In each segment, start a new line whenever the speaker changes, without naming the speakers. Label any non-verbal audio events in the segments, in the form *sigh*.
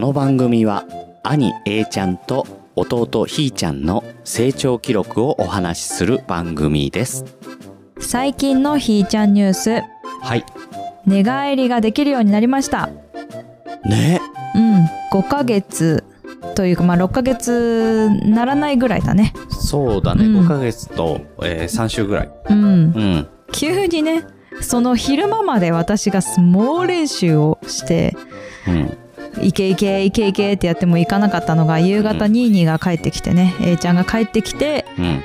の番組は兄 A ちゃんと弟ひーちゃんの成長記録をお話しする番組です
最近のひーちゃんニュース
はい
寝返りができるようになりました
ね
うん5ヶ月というかまあ6ヶ月ならないぐらいだね
そうだね、
うん
5ヶ月と、えー、3週ぐらい
うん
うん
急にねその昼間まで私が猛練習をして
うん
いけいけいけいけってやってもいかなかったのが夕方
うん
ニーニーが帰ってきてね、A ちゃんが帰ってきて
うん
「ね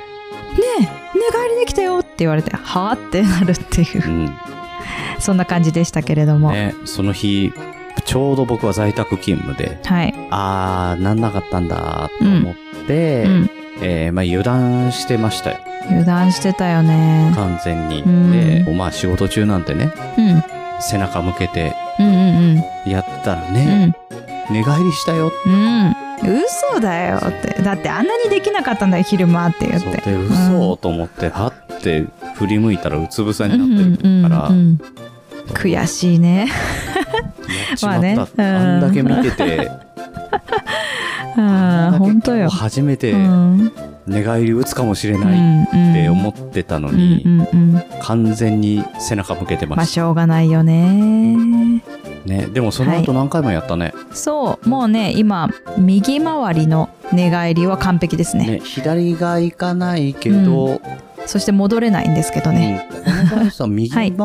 え寝返りできたよ」って言われて「はあ?」ってなるっていううんそんな感じでしたけれども、
ねその日ちょうど僕は在宅勤務で
はい、
あーなんなかったんだと思って、
うん
えーまあ、油断してましたよ
油断してたよね
完全に、
うん
でまあ仕事中なんてね
うん
背中向けて
うんうん
やったら
うんう
ね、
ん
寝返りしたよ
うん嘘だよってだってあんなにできなかったんだよ昼間って言っ
そう
て
で嘘と思って、はって振り向いたらうつぶさ
う
に
ん
なってるから、
うんうんうん悔しいね
やっちまった、
まあねうん
あんだけ見てて
*laughs* あ
あ
あ
んだけ
本当よ、
初めて
うん、っ
寝返り打つかもしれないって思ってたの
う
に、
んうんうん
完全に背中向けて
ま
ま
あ
し
しょうがないよね
たねでもその後何回もやったね,、
そうもうね今右回りの寝返りは完璧ですね
ね左が行かないけど、
うそして戻れないんですけどね、
うん、この場合さ右回り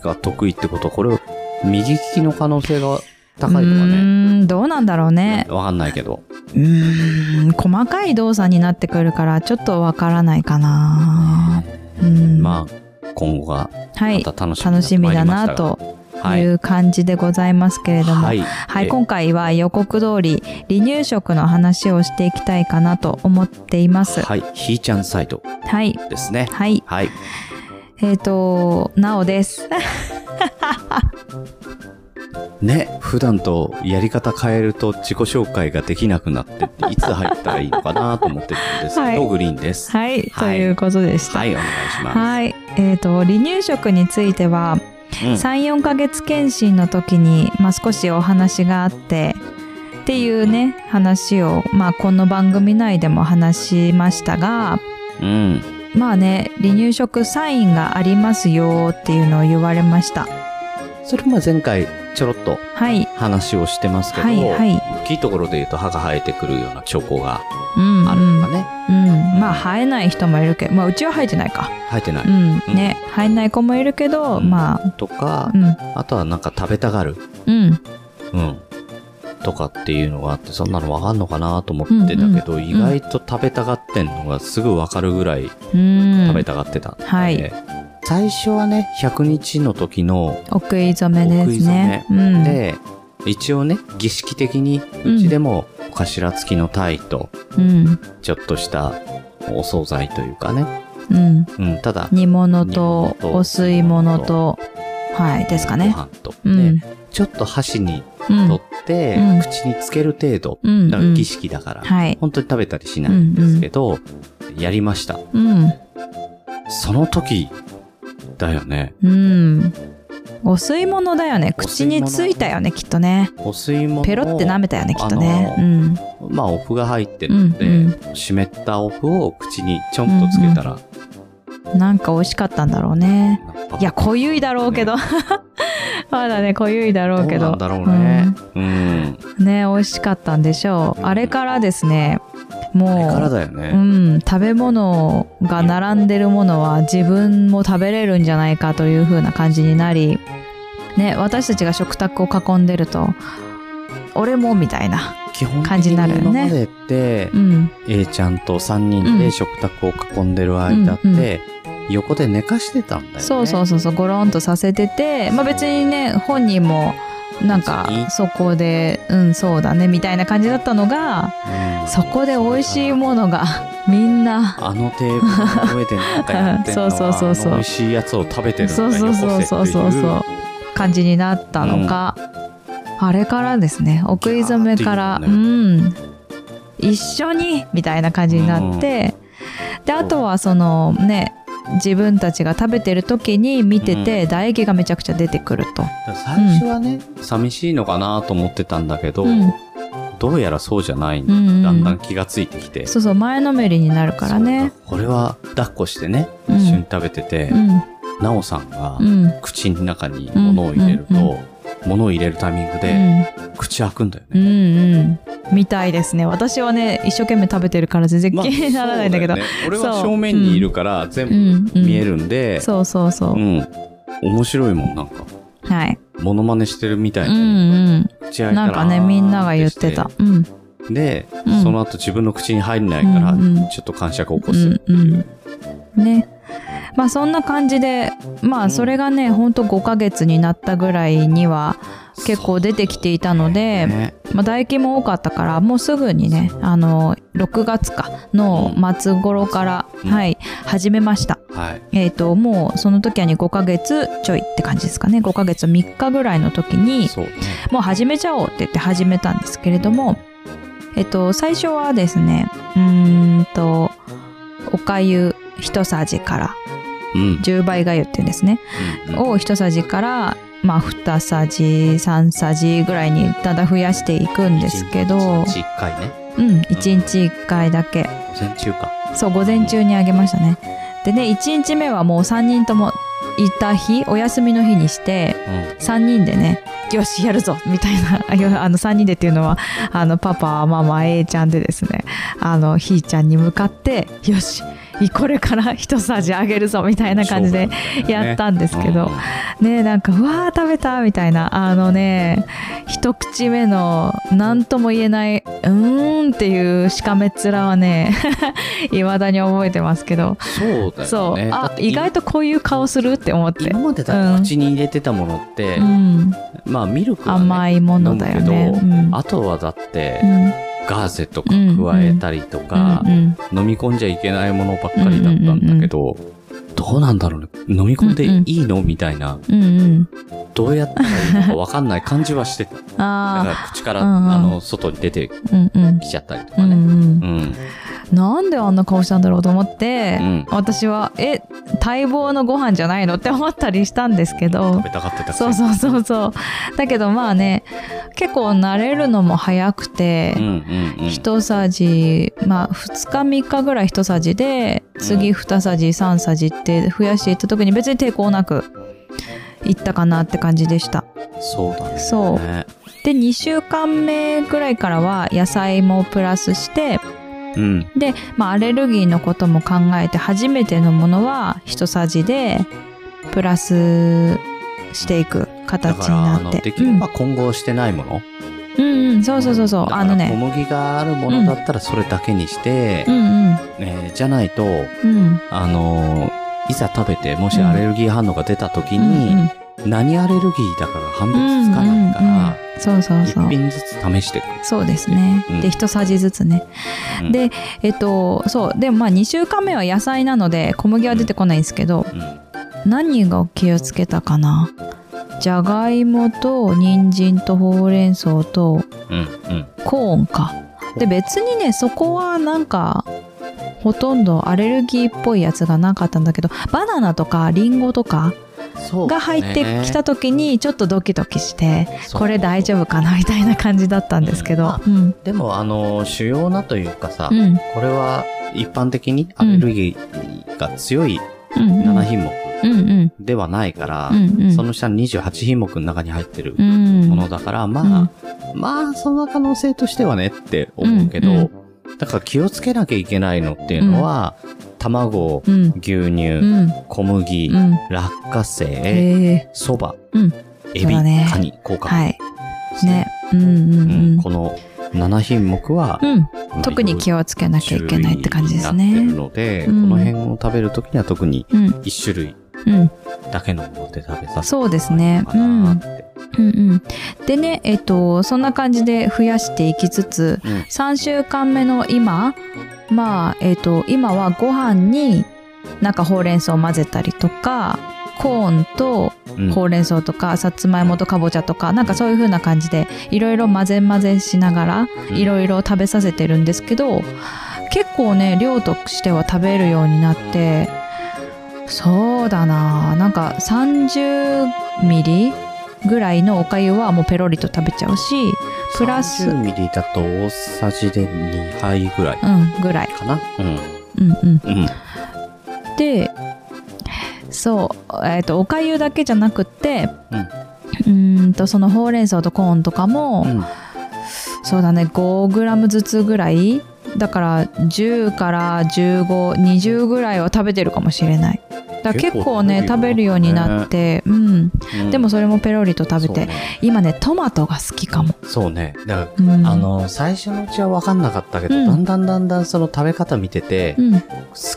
が得意ってことはこれを右利きの可能性が高いと
う
かね
ーんどうなんだろうね
わかんないけど
うーん細かい動作になってくるからちょっとわからないかなうん
まあ今後が
あはい
また楽しみ,、
楽しみだなと
はいい、
う感じでございますけれども、
はい、
はい、
え
今回は予告通り離乳食の話をしていきたいかなと思っています。
はい、ひーちゃんサイド
はい、
ですね
はい、
はい
えっ、と、なおです。 *laughs*
ね普段とやり方変えると自己紹介ができなくなってていつ入ったらいいのかなと思ってるんですけど、
はい
グリーンですは
はい、と
はい、
いうことでした。はいい、
お願いしま
えっ、と、離乳食については、
す、うん
3、4ヶ月検診の時に、まあ、少しお話があって、っていうね、話を、まあ、この番組内でも話しましたが、
うん
まあね、離乳食サインがありますよっていうのを言われました。
それも前回ちょろっと
はい、
話をしてますけど、
はい、はい。
大きいところで言うと歯が生えてくるような兆候が
うん
ある
うん
とかね、
うん、まあ生えない人もいるけど、まあうちは生えてないか。
生えてな
う
い
ん、ね、生えない子もいるけど、
うん
まあ、
とか
う、ん、
あとはなんか食べたがる、
うん、
うん、とかっていうのがあってそんなのわかんのかなと思ってたけど、意外と食べたがってんのがすぐわかるぐらい
うん。
食べたがってたんで、
はい
最初はね100日の時の
お食い初めですね。
お食
うん、
で、一応ね儀式的にうちでも頭付きのタイと
うん、
ちょっとしたお惣菜というかね、
うん、
うん、ただ
煮物
煮物
と
と
お吸い物と、はい、ですか
ご
ね。
飯と、
う
で
ん、
ちょっと箸に
う
取
ん、
って、
うん
口につける程度、
うん
だから儀式だから、
はい、
本当に食べたりしないんですけど、やりました。
うん、
その時、だよね。
うん。お吸い物だよね。
お吸
口
い物
についたよね、きっとね。
お吸い物を
ペロって舐めたよね、きっとね。
あ
うん、
まあ、お麩が入ってるので、
うん
湿ったお麩を口にちょんとつけたら、
なんか美味しかったんだろうね。
なんか
いや、濃ゆいだろうけど。 *laughs* まだね、濃ゆいだろ
ど
う
う
けど。
なんだろうね。うん。
うんね、美味しかったんでしょう。あれからですね、もう。
あれからだよ
う
ね。
ん、食べ物が並んでるものは自分も食べれるんじゃないかという風な感じになり、ね、私たちが食卓を囲んでると俺もみたいな、
基本的
感じ
に
になるよね
今までって
う、ん、
A ちゃんと3人
う
で
ん
食卓を囲んでる間って、
うんう
横で寝かしてたんだよね。
そうそうそうそうゴロンとさせてて、まあ、別にね本人もなんか
別に
そこでうんそうだねみたいな感じだったのが
うん
そこで美味しいものがみんな
あのテーブルの上でなんかやってんのは
*laughs* そうそうそうそ
あ
う
の美味しいやつを食べてるんだ
そうそうそうそうそうそう感じになったのか、あれからですねお食い初めから
いうやーって
ん一緒にみたいな感じになって、であとはそのね自分たちが食べてる時に見てて、唾液がめちゃくちゃ出てくると。
最初はね、寂しいのかなと思ってたんだけど、
うん
どうやらそうじゃないんだ、
うんうん
だんだん気がついてきて。
そうそう前のめりになるからね
そうだこれは抱っこしてね、
うん
一緒に食べてて、
うん
なおさんが
うん
口の中に物を入れると、
うんうん
物を入れるタイミング
う
で
ん
口開くんだよ
う
ね。
んうんみたいですね私はね一生懸命食べてるから全然
まあ
気にならないんだけど、
そうよね俺は
そう
正面にいるから
う
全
んう
部
ん
見えるんで、
そうそうそう、
うん、面白いもん、なんか。
はい
モノマネしてるみた
う
い
ん
に、口
う
開い
ん
た
な
ら
んかねみんなが言ってた。うん
で、
うん
その後自分の口に入んないから、
うんうん
ちょっと感触を起こ
う
す
ん
って
う
いう。
んねまあそんな感じでまあそれがねほんと5ヶ月になったぐらいには結構出てきていたので、
ね
まあ、唾液も多かったからもうすぐにねあの6月かの末頃から、
うん
はい始めました
はい。
えー、ともうその時はね5ヶ月ちょいって感じですかね5ヶ月3日ぐらいの時に
そうね。
もう始めちゃおうって言って始めたんですけれども、えっと、最初はですねうーんとおかゆ一さじから
うん。うん
10倍がゆっていうんですね
うん
を一さじからまあ2さじ3さじぐらいにただ増やしていくんですけど、うん、
一日一回ね。
1日1回だけ
午前中か。
そう午前中にあげましたねでね1日目はもう3人ともいた日お休みの日にして
うん。
3人でね「よしやるぞ」みたいな *laughs* あよあの3人でっていうのはあのパパママ A ちゃんでですねあのひーちゃんに向かって「よしこれから *laughs* 一さじあげるぞ」みたいな感じでやったんですけど、ねなんか「うわー食べた」みたいなあのね一口目の何とも言えない「うーん」っていうしかめっ面はね *laughs* いまだに覚えてますけど
そうだ
そ
よ
う
ね。だ
あ
って
意外とこういう顔するって思って
今。までだって口に入れてたものって
う、ん、
まあミルクはね
甘いものだよね
飲。む
う
けど
ん
あとはだって
う、ん
ガーゼとか加えたりとか
う、ん
飲み込んじゃいけないものばっかりだったんだけど、どうなんだろうね。飲み込んでいいのみたいな、
うんうん
どうやったらいいのかわかんない感じはしてた。だ
うん、 *laughs* あ
から口から、
うんうん
あの、外に出て
あ、うんうん
きちゃったりと
う
か
んう
ね。
ん
う、ん。
なんであんな顔したんだろうと思って、
うん
私はえ待望のご飯じゃないのって思ったりしたんですけど
食べたがってたくせ
そう
に
そうそうそうだけどまあね結構慣れるのも早くて、
うんうんうん。
一さじまあ2日3日ぐらい一さじで次2さじ3さじって増やしていった時に別に抵抗なくいったかなって感じでした。
そうだね。
そう
ね
で2週間目ぐらいからは野菜もプラスして、
うん。
で、まあ、アレルギーのことも考えて初めてのものは一さじでプラスしていく
だ
形
か
に
ら、あ
な
の、
って
できれば混合してないもの。
うん、うんうんそうそうそうそう
だから
あの
小
ね
麦があるものだったらそれだけにして
う、んうん
えーじゃないと、
うん
あのーいざ食べて、もしアレルギー反応が出た時
うん
に、
うん
何アレルギーだかが判別つか
うん
ないから、
うんそうそうそ
一
う
品ずつ試していく。
そうですね、
うん
で一さじずつね、
うん
でえっとそうでもまあ2週間目は野菜なので小麦は出てこないんですけど、
うん
何が気をつけたかなじゃがいもと人参とほうれん草と
うんうん
コーンかで別にねそこはなんかほとんどアレルギーっぽいやつがなかったんだけどバナナとかリンゴとか
そう
が入ってきた時にちょっとドキドキしてこれ大
夫
丈夫かなみたいな感じだったんですけどうん
でもあの主要なというかさ、
うん
これは一般的にアレルギーが強い
うんうん
7品目
うんうん
ではないから、
うんうん
その下の28品目の中に入ってる
うん
ものだから、まあ、まあそんな可能性としてはねって思うけど、
うんう
だから気をつけなきゃいけないのっていうのは、卵
うん
牛乳、
うん
小麦、
うん
落花生
え
そば、
うん
エ
そう
ビ、
だね
カニ甲殻
はい
です
ねうんう
うん
うん
ん、この7品目は、
うん
まあ
特に気をつけなきゃいけないって感じです
いろい
ね。
ろ種類になってる
う
ので、
ん
この辺を食べるときには特に
うん
1種類
うん
だけのもので食べさせて
そうですね。
か
うん
な
う
っ
ん
て。
うん。でねえっとそんな感じで増やしていきつつ
うん
3週間目の今まあえっと今はご飯になんかほうれん草を混ぜたりとかコーンと
うん
ほうれん草とかさつまいもとかぼちゃとかなんかそういう風な感じでいろいろ混ぜ混ぜしながら
うん
いろいろ食べさせてるんですけど結構ね量としては食べるようになってそうだななんか30ミリぐらいのおかゆはもうペロリと食べちゃうしプラス
30ミリだと大さじで2杯ぐらい
うんぐらい
かなうん。
うんうん
うん。
でそう、えー、とおかゆだけじゃなくって
うん
うーんとそのほうれん草とコーンとかも、
うん。
そうだね 5g ずつぐらいだから10から1520ぐらいは食べてるかもしれないだから結構ね
結構食
食
べ
べ
る
る
よ
よ
う
う
に
に
な
な
っ
って、うん、
うん
でもそれもペロリと食べて、
そうね
今ねトマトが好きかも、
そうね。だから
うん、
あの、最初のうちは分かんなかったけど、
うん
だんだんだんだんその食べ方見てて、
うん、うん
好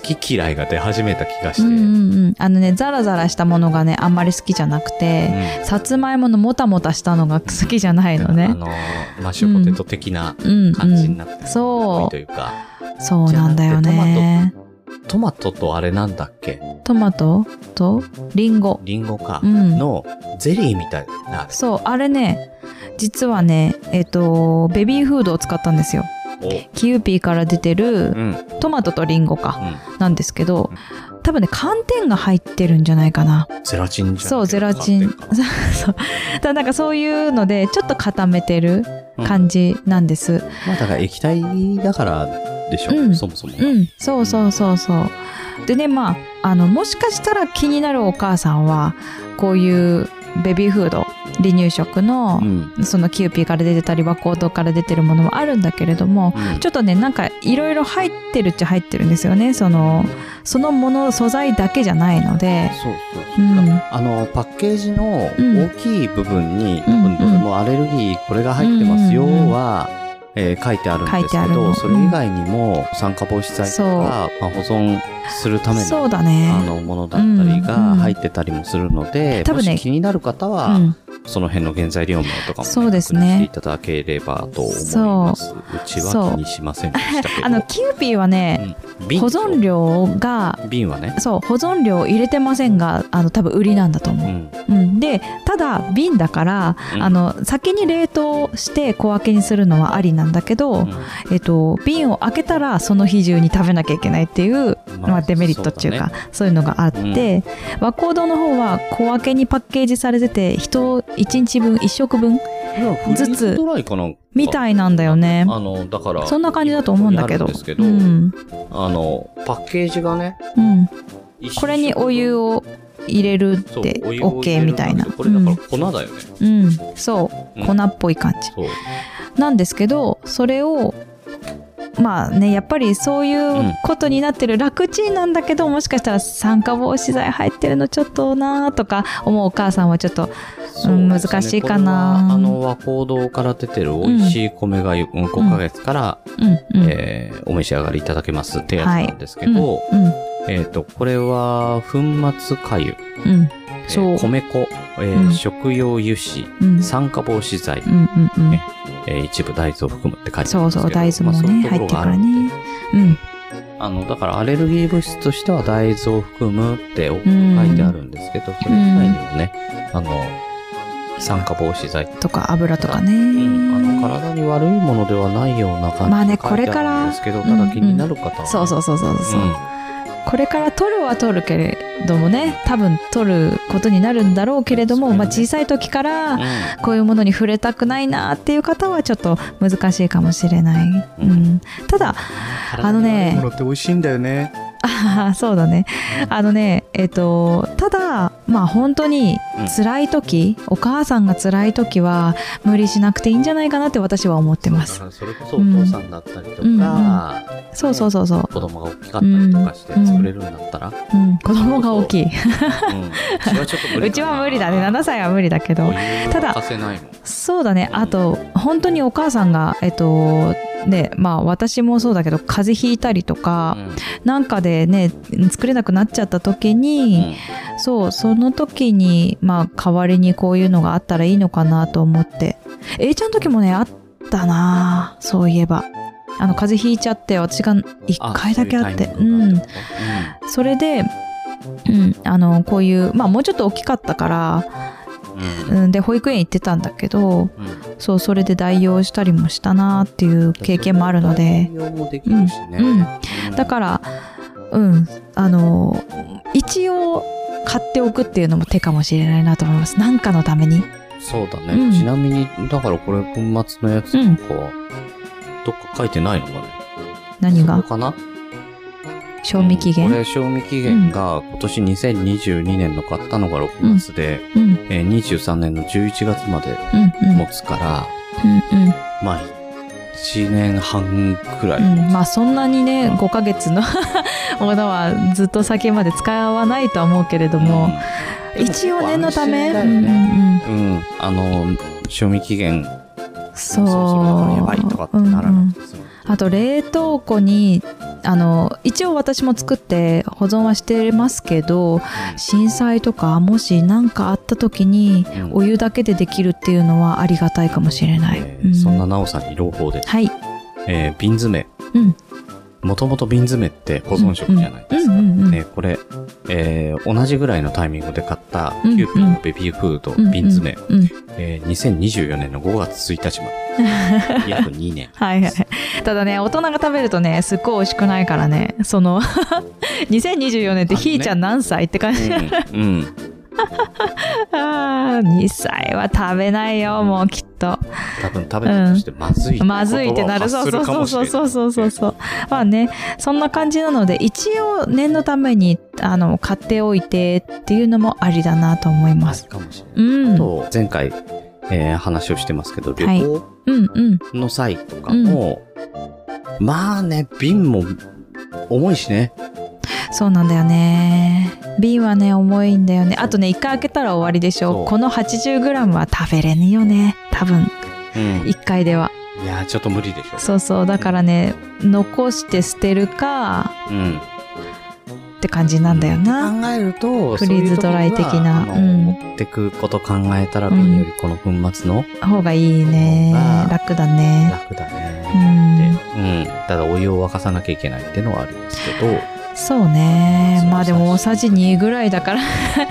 き嫌いが出始めた気がし
う
て。
んうんあのねザラザラしたものがねあんまり好きじゃなくて、さつまいものもたもたしたのが好きじゃないの
あ
ね
のーマッシュポテト的な
うんうん
感じになってる、
そう
というか、
そうなんだよね
トマトとあれなんだっけ
トマトとリンゴ
リンゴか、
うん
のゼリーみたいなあれ
そうあれね実はねえっ、とベビーフードを使ったんですよ
を
キユーピーから出て
う
る
ん、うん、
トマトとリンゴかなんですけど多分ね寒天が入ってるんじゃないかな
ゼラチンじゃん
そうゼラチン *laughs* そうただなんかそういうのでちょっと固めてる
じ、
感じなんです *laughs*
うんまあだから液体だからでしょ、
うん
そもそも、
うん、そうそうそうそうでねまああのもしかしたら気になるお母さんはこういうベビーフード離乳食の
う、ん
そのキユーピーから出てたり和光堂から出てるものもあるんだけれども
うん
ちょっとねなんかいろいろ入ってるっちゃ入ってるんですよねそのそのもの素材だけじゃないので
そうそう
う
そう、
ん
あのパッケージの
うん
大きい部分に、
うん
多
うん
分どれもアレルギーこれが入ってますよは、えー書いてあるんで
書い
す
て
け
ある
ど、
の
それ以外にも酸化防止剤と
そう
か、まあ、保存するため
そ
の
うだ
あ
ね
のものだったり
うんう
が
ん
入ってたりもするので、
多分ね
もし気になる方
う
は、
ん
その辺の原材料名とかも、
そうですね
確認していただければと思います。うちは
そう
気にしませんでしたけど。
*laughs* あのキユーピーはね
うん瓶
保存量が
瓶はね、
そう保存量入れてませんがあの多分売りなんだと
う
思う、
ん、
うん、でただ瓶だから、
うん
あの先に冷凍して小分けにするのはありなんだけど、
うん
えっと、瓶を開けたらその日中に食べなきゃいけないっていう、
まあ
まあ、デメリットっていうか
そう
そう,、いうのがあって、和光堂の方は小分けにパッケージされてて人1日分1食分
ず
ずつ
つドライかなんか
みたいなんだよね
あのだから
そんな感じだと思うんだけど
ここにあるんですけど、
うん
あのパッケージがね
うん、これにお湯を入れるっ
そう
て
お湯を入れ
OK
る
みたいな
これだから粉だよね、
うん、うんそう、
うん
粉っぽい感じ
そう
なんですけどそれをまあねやっぱりそういうことになってる楽ちんなんだけど、もしかしたら酸化防止剤入ってるのちょっとなーとか思うお母さんはちょっと
そう
うん
ですね
難しいかな
これはあの和光堂から出てる美味しい米がうん5ヶ月から、
うんうん、
えーお召し上がりいただけますってやつなんですけど、
うん
えっ、とこれは粉末粥ゆ、
うん
えー
そう
米粉、えー
うん
食用油脂
うん
酸化防止剤、
うんうんうん
ねえー一部大豆を含むって書いてあ
そ
るんで
う
すけど
そう大豆もね、
まあそういうと
入
ころ
って
が
か
ある
ら
んで
ねうん
あの、だからアレルギー物質としては大豆を含むって多く書いてあるんですけど、それ以外にもね、あの、酸化防止剤、
とか油とかね、
うんあの、体に悪いものではないような感じ
まあね
で書いてあるんですけど、
これから
ただ気になる方はね、
そうそうそうそうそう、
うん
これから取るは取るけれどもね多分取ることになるんだろうけれども、
そうね
まあ、小さい時から、
うん
こういうものに触れたくないなっていう方はちょっと難しいかもしれない、
う
うんんただあの
体に
ね
悪いものって美味しいんだよね。
あーそうだねあのねえっ、とただまあ本当に
うん
辛い時、お母さんが辛い時は無理しなくていいんじゃないかなって私は思ってま
だ
す
からそれこそお父さんだったりとか、
うんうんうんそうそうそうそう、
子供が大きかったりとかして作れるんだったら、うん
うん、子供が大きい
うちはちょっと無理かな
うちは無理だね7歳は無理だけど
お湯沸
ただ
かせないもん
そうだねあと本当にお母さんがえっ、とねまあ私もそうだけど風邪ひいたりとか、
うん
なんかでね作れなくなっちゃった時に、そうその時にまあ代わりにこういうのがあったらいいのかなと思って A ちゃんの時もねあったなあそういえばあの風邪ひいちゃって私が1回だけあって
そういうタイミング
うん
があったってこ
それで、うん、あのこういうまあもうちょっと大きかったから、
とうん
うん、で保育園行ってたんだけど
うんうん
そうそれで代用したりもしたなあっていう経験もあるので。
代用もできるしね
うんうん
うん
だから、うん、あの、一応買っておくっていうのも手かもしれないなと思います。なんかのために。
そうだね。
うん
ちなみに、だからこれ、粉末のやつとかは、どっか書いてないのかね。
何が
そこかな
賞味期
うんこ
限
れ、賞味期限が今年2022年の買ったのが6月で、
うんうん
えー23年の11月まで
うん
持つから、
うんうん
まあ、1年半くらい。
うん、まあそんなにね5ヶ月の *laughs* ものはずっと先まで使わないとは思うけれども、
うん
一応念のため、
でも安心だよね
うんうんうん
うん、うんあの、賞味期限、
そう
そろそろだからやばいとかってなら
うんう
なんくて済む。
あと冷凍庫にあの一応私も作って保存はしてますけど震災とかもし何かあった時に
うん
お湯だけでできるっていうのはありがたいかもしれない、
えー
うん
そんななおさんに朗報です。
はい
えー瓶詰め。
うん
もともと瓶詰めって保存食じゃないですか。
うんうんうんうん
ね、これ、えー同じぐらいのタイミングで買った、
うんうん
キューピーのベビーフード、
うんうん
瓶詰め、
うん
えー2024年の5月1日まで。約2年。
はいはいただね大人が食べるとねすっごい美味しくないからねその *laughs* 2024年って
あのね
ひーちゃん何歳って感じ、 *laughs*
うん。うん。
あー2歳は食べないよもうきっと
多分食べたとしてまずいって言葉を
まずいってなるそうそうそうそうそうそうそうそうまあねそんな感じなので一応念のためにあの買っておいてっていうのもありだなと思い
ま
ます
ずかもしれ
う
ない。
ん
あ
うん
と、前回、えー話をしてますけど、旅
はい
行
うん
の際とかも、まあね、瓶も重いしね。
そうなんだよね瓶はね重いんだよねあとね一回開けたら終わりでし
そ
ょ
う
この 80g は食べれんよね多分
うん
一回ではい
やーちょっと無理でしょ。
そうそうだからね残して捨てるか
うん。
って感じなんだよな
考えると、
フリーズドライ的な
そういう時はあの
うん
持ってくこと考えたら、
うん
瓶よりこの粉末の
方がいいね
まあ
楽だね
楽だ
う
ね。
ん
ってうん。ただ、お湯を沸かさなきゃいけないっていうのはあるんですけど、
そうね
そう
まあでも大さじ2ぐらいだから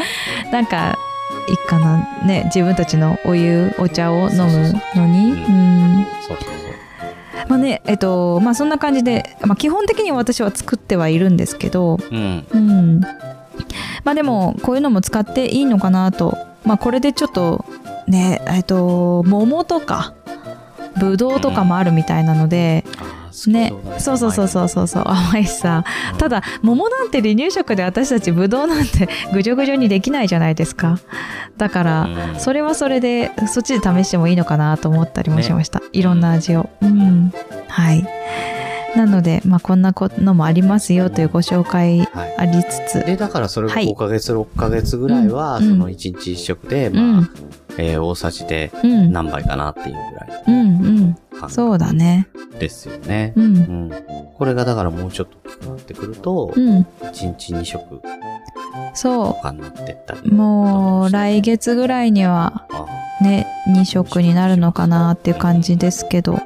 *laughs* なんかいいかなね自分たちのお湯お茶を飲むのに
そうそう
う
そうんそうそうそう。
まあねえっとまあそんな感じで、まあ、基本的に私は作ってはいるんですけど
うん。
うんまあでもこういうのも使っていいのかなとまあこれでちょっとねえっと桃とかぶどうとかもあるみたいなので、
あー
ねそうそうそうそうそうそう甘いしさた、だ桃なんて離乳食で私たちぶどうなんて *laughs* ぐじょぐじょにできないじゃないですかだか
う
ら、
んうん
それはそれでそっちで試してもいいのかなと思ったりもしました、いろんな味をうんはいなので、まあ、こんなこのもありますよというご紹介
はい
ありつつ
で、だからそれが
はい
5ヶ月、6ヶ月ぐらいは、
うん
その1日1食で、
う
まあ
ん、
えー大さじで
うん
何杯かなっていうぐらい
うんうん
の感
そうだね
じですよね。
う
うんん。これがだからもうちょっと大きくなってくると、
うん
1日2食と
そ
かになってったり。
うもう来月ぐらいには
あ
ね2食になるのかなっていう感じですけど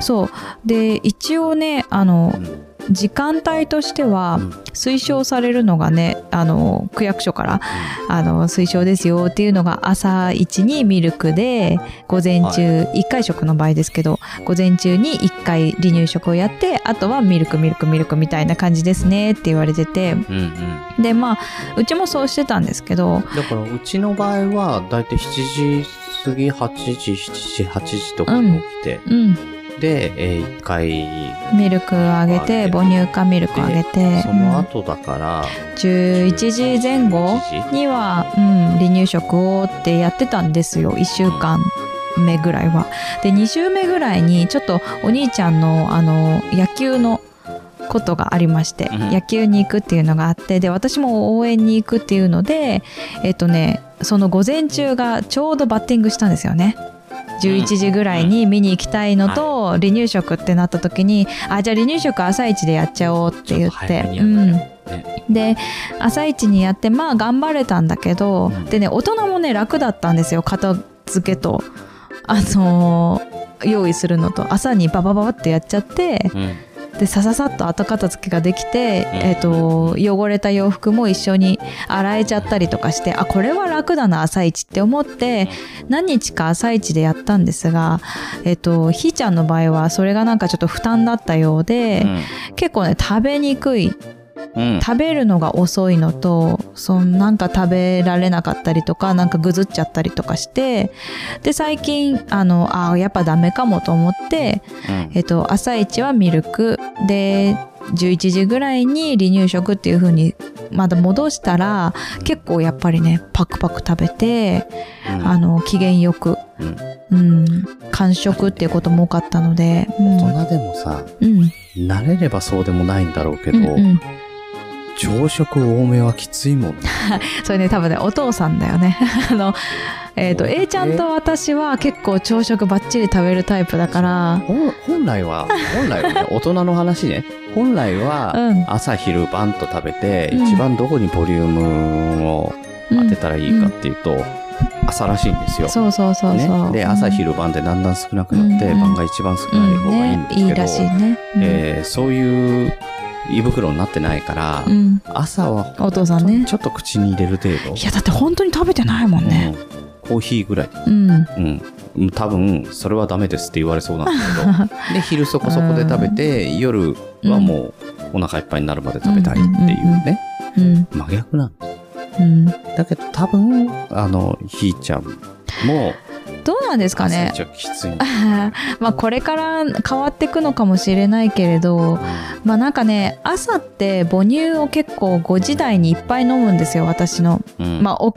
そうで一応ねあ
う
の
ん
時間帯としては
うん
推奨されるのがねあの区役所からあの推奨ですよっていうのが朝一にミルクで午前中1回食の場合ですけど午前中に1回離乳食をやってあとはミルクミルクミルクみたいな感じですねって言われてて
うんうん。
でまあうちもそうしてたんですけど
だから、うちの場合は、だいたい7時過ぎ、8時、7時、8時とかに起きて、
うん
で、えー、1回、
ミルクをあげて母乳かミルクをあげて
その後だから、
11時前後
11時
には、うん、離乳食をってやってたんですよ1週間目ぐらいは。で2週目ぐらいにちょっとお兄ちゃんのあの野球のことがありまして、
うん
野球に行くっていうのがあってで私も応援に行くっていうのでえっとねその午前中がちょうどバッティングしたんですよね。11時ぐらいに見に行きたいのと、離乳食ってなった時にあじゃあ離乳食朝一でやっちゃおうって言っ
ちょっと
て
早めにやった
うん
ねね
で朝一にやってまあ頑張れたんだけど、
うん
でね大人もね楽だったんですよ片付けとあのー用意するのと朝にババババってやっちゃって
うん。
でさささっと後片付けができて、
うん
えっと汚れた洋服も一緒に洗えちゃったりとかしてあこれは楽だな朝一って思って何日か朝一でやったんですが、えっとひーちゃんの場合はそれがなんかちょっと負担だったようで。
うん
結構ね食べにくい
うん。
食べるのが遅いのとそのなんか食べられなかったりとかなんかぐずっちゃったりとかしてで最近あのあーやっぱダメかもと思って、えっと、朝一はミルクで11時ぐらいに離乳食っていう風にまだ戻したら結構やっぱりねパクパク食べて
うん
あの機嫌よく、
うん
うん、完食っていうことも多かったので、うん
大人でもさ、
うん
慣れればそうでもないんだろうけ
う
ど、
んうん、
朝食多めはきついもん
*laughs*
ね。
それね多分ねお父さんだよね *laughs* あのえっ、と
そうね
A ちゃんと私は結構朝食ばっちり食べるタイプだから
ほん本来は、本来は
*laughs*
ね、大人の話ね。本来は、
うん
朝昼晩と食べて、
うん
一番どこにボリュームを
う
当
ん
てたらいいかっていうと、朝らしいんですよ。
そうそうそうそう、
ね、で朝昼晩でだんだん少なくなって、
うん
晩が一番少
う
ない
ん
方がいいん
ね
ですけど、
いいらしいね、うん
えーそういう胃袋になってないから、
うん
朝は
お父さんね
ちょっと口に入れる程度
いやだって本当に食べてないもんね
うんコーヒーぐらい、
うん、
うん、多分それはダメですって言われそうなんだけど
*laughs*
で昼そこそこで食べて、夜はもうお腹いっぱいになるまで食べたいっていうね、
うん
真逆なん
うん
だけど多分あのひーちゃんも
どうなんですか
朝
ね
一はきついん
*laughs* まあこれから変わっていくのかもしれないけれどまあなんかね朝って母乳を結構5時台にいっぱい飲むんですよ私の
うん
まあ、お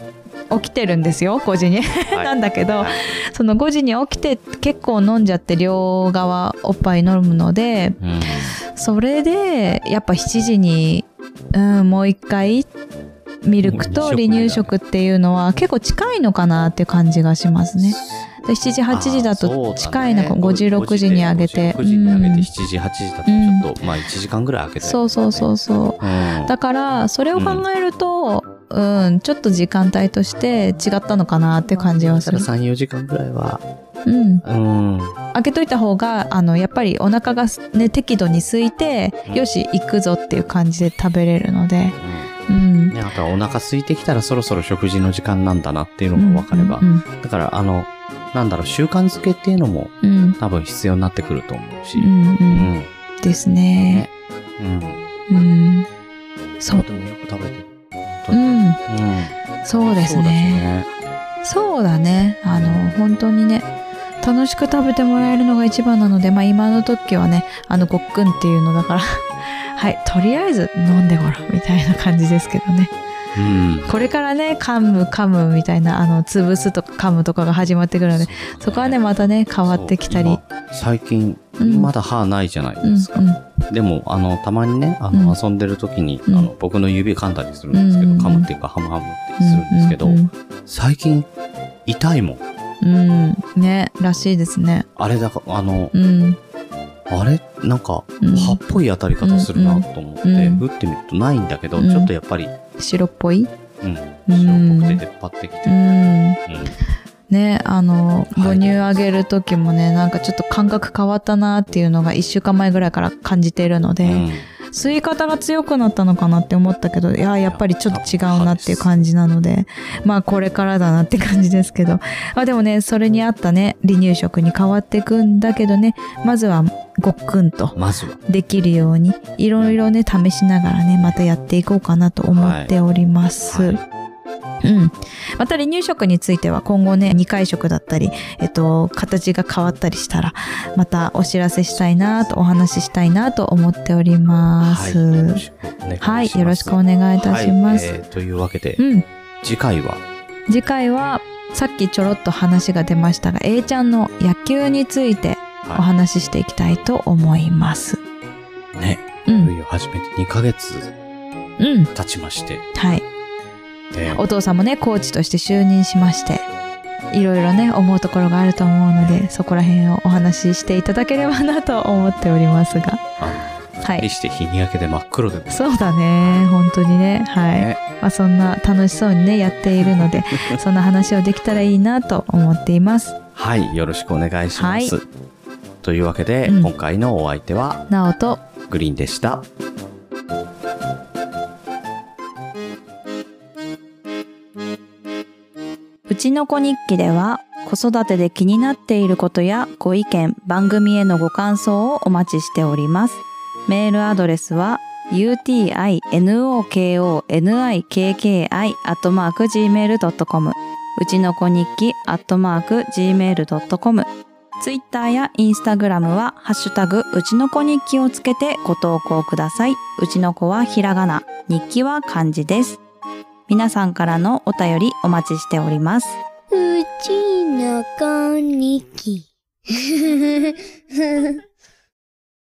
起きてるんですよ5時に
はい
なんだけど、
はい
その5時に起きて結構飲んじゃって両側おっぱい飲むので
うん
それでやっぱ7時に、うん、もう一回ミルクと
もう
離
二食目だ
乳食っていうのは結構近いのかなっていう感じがしますね。で7時8時だ
あーそう
と
ね
近いのか、5時
5
6時に上げて
5時に上げ
う
て7
ん
時8時だとちょっと、まあ1時間ぐらい上げて、、
そうそうそううそう
うん、
だからそれを考えると、うんちょっと時間帯として違ったのかなって感じはす
たら
る。
34時間ぐらいは
うん、
うん
開けといた方があのやっぱりお腹がすね適度に空いて、
うん
よし行くぞっていう感じで食べれるので、うん、
ね、あとはお腹空いてきたらそろそろ食事の時間なんだなっていうのが分かれば、
うん
だからあのなんだろう習慣づけっていうのも
うんうん
多分必要になってくると思うし、
う
うんう
うん
ん
ですね。うん、そ
と
う、
てもよく食べてる
う
本
ん、
当にうん
そうです
そうだし
ね。
ね
そうだね。あの本当にね。楽しく食べてもらえるのが一番なので、まあ今の時はね、あのごっくんっていうのだから、 *laughs* はい、とりあえず飲んでごらんみたいな感じですけどね。
うん
これからね噛む噛むみたいなあの潰すとか噛むとかが始まってくるのでそこはねまたね変わってきた
そう
り
今最近
うん
まだ歯ないじゃない
うん
ですか、
うん
でもあのたまにねあ
う
の
ん
遊んでる時に、
うん
あの僕の指噛んだりするんですけど、
うん
噛むっていうかハムハムって
うん
するんですけど、
うん
最近痛いもん
うんうんねらしいですね
あれだかあの、
うん
あれなんか
うん
歯っぽい当たり方するなと思って、
うん
打ってみるとないんだけど、
うん
ちょっとやっぱり、
白っぽい
うん、
ん
白っぽくて出っ張ってき
う
て、う
ん
ん
ねあの
はい
母乳あげる時もねなんかちょっと感覚変わったなっていうのが1週間前ぐらいから感じているの
う
で
ん
吸い方が強くなったのかなって思ったけどいややっぱりちょっと違うなっていう感じなのでまあこれからだなって感じですけどまあでもねそれに合ったね離乳食に変わっていくんだけどねまずはごっくんと
まずは
できるようにいろいろね試しながらねまたやっていこうかなと思っております。
はい
うん、また離乳食については今後ね2回食だったり、えっと、形が変わったりしたらまたお知らせしたいなとお話ししたいなと思っております。
はいよろ
は
しくお願いします
い、よろしくお願いいたします。
はいえーというわけで、
うん、
次回は
次回はさっきちょろっと話が出ましたが A ちゃんの野球についてお話ししていきたいと思います。
ね、
う
いよ
ん、
いよ始めて2ヶ月
うん、
経ちまして、
はい。
えー
お父さんもねコーチとして就任しましていろいろね思うところがあると思うのでそこら辺をお話ししていただければなと思っておりますが
あ
は
の、
い
にして日に焼けで真っ黒でございます
そうだね本当にねはい、
ね。
まあ、そんな楽しそうにねやってい
*laughs*
るのでそんな話をできたらいいなと思っています
はい、よろしくお願いします。
は
というわけで、
うん
今回のお相手は
なおと
グリーンでした。
うちの子日記では子育てで気になっていることやご意見、番組へのご感想をお待ちしております。メールアドレスは
utinokoni.gmail.com うちの子日記 .gmail.com ツイッターやインスタグラムはハッシュタグうちの子日記をつけてご投稿ください。うちの子はひらがな、日記は漢字です。皆さんからのお便りお待ちしております。
うちのこにき。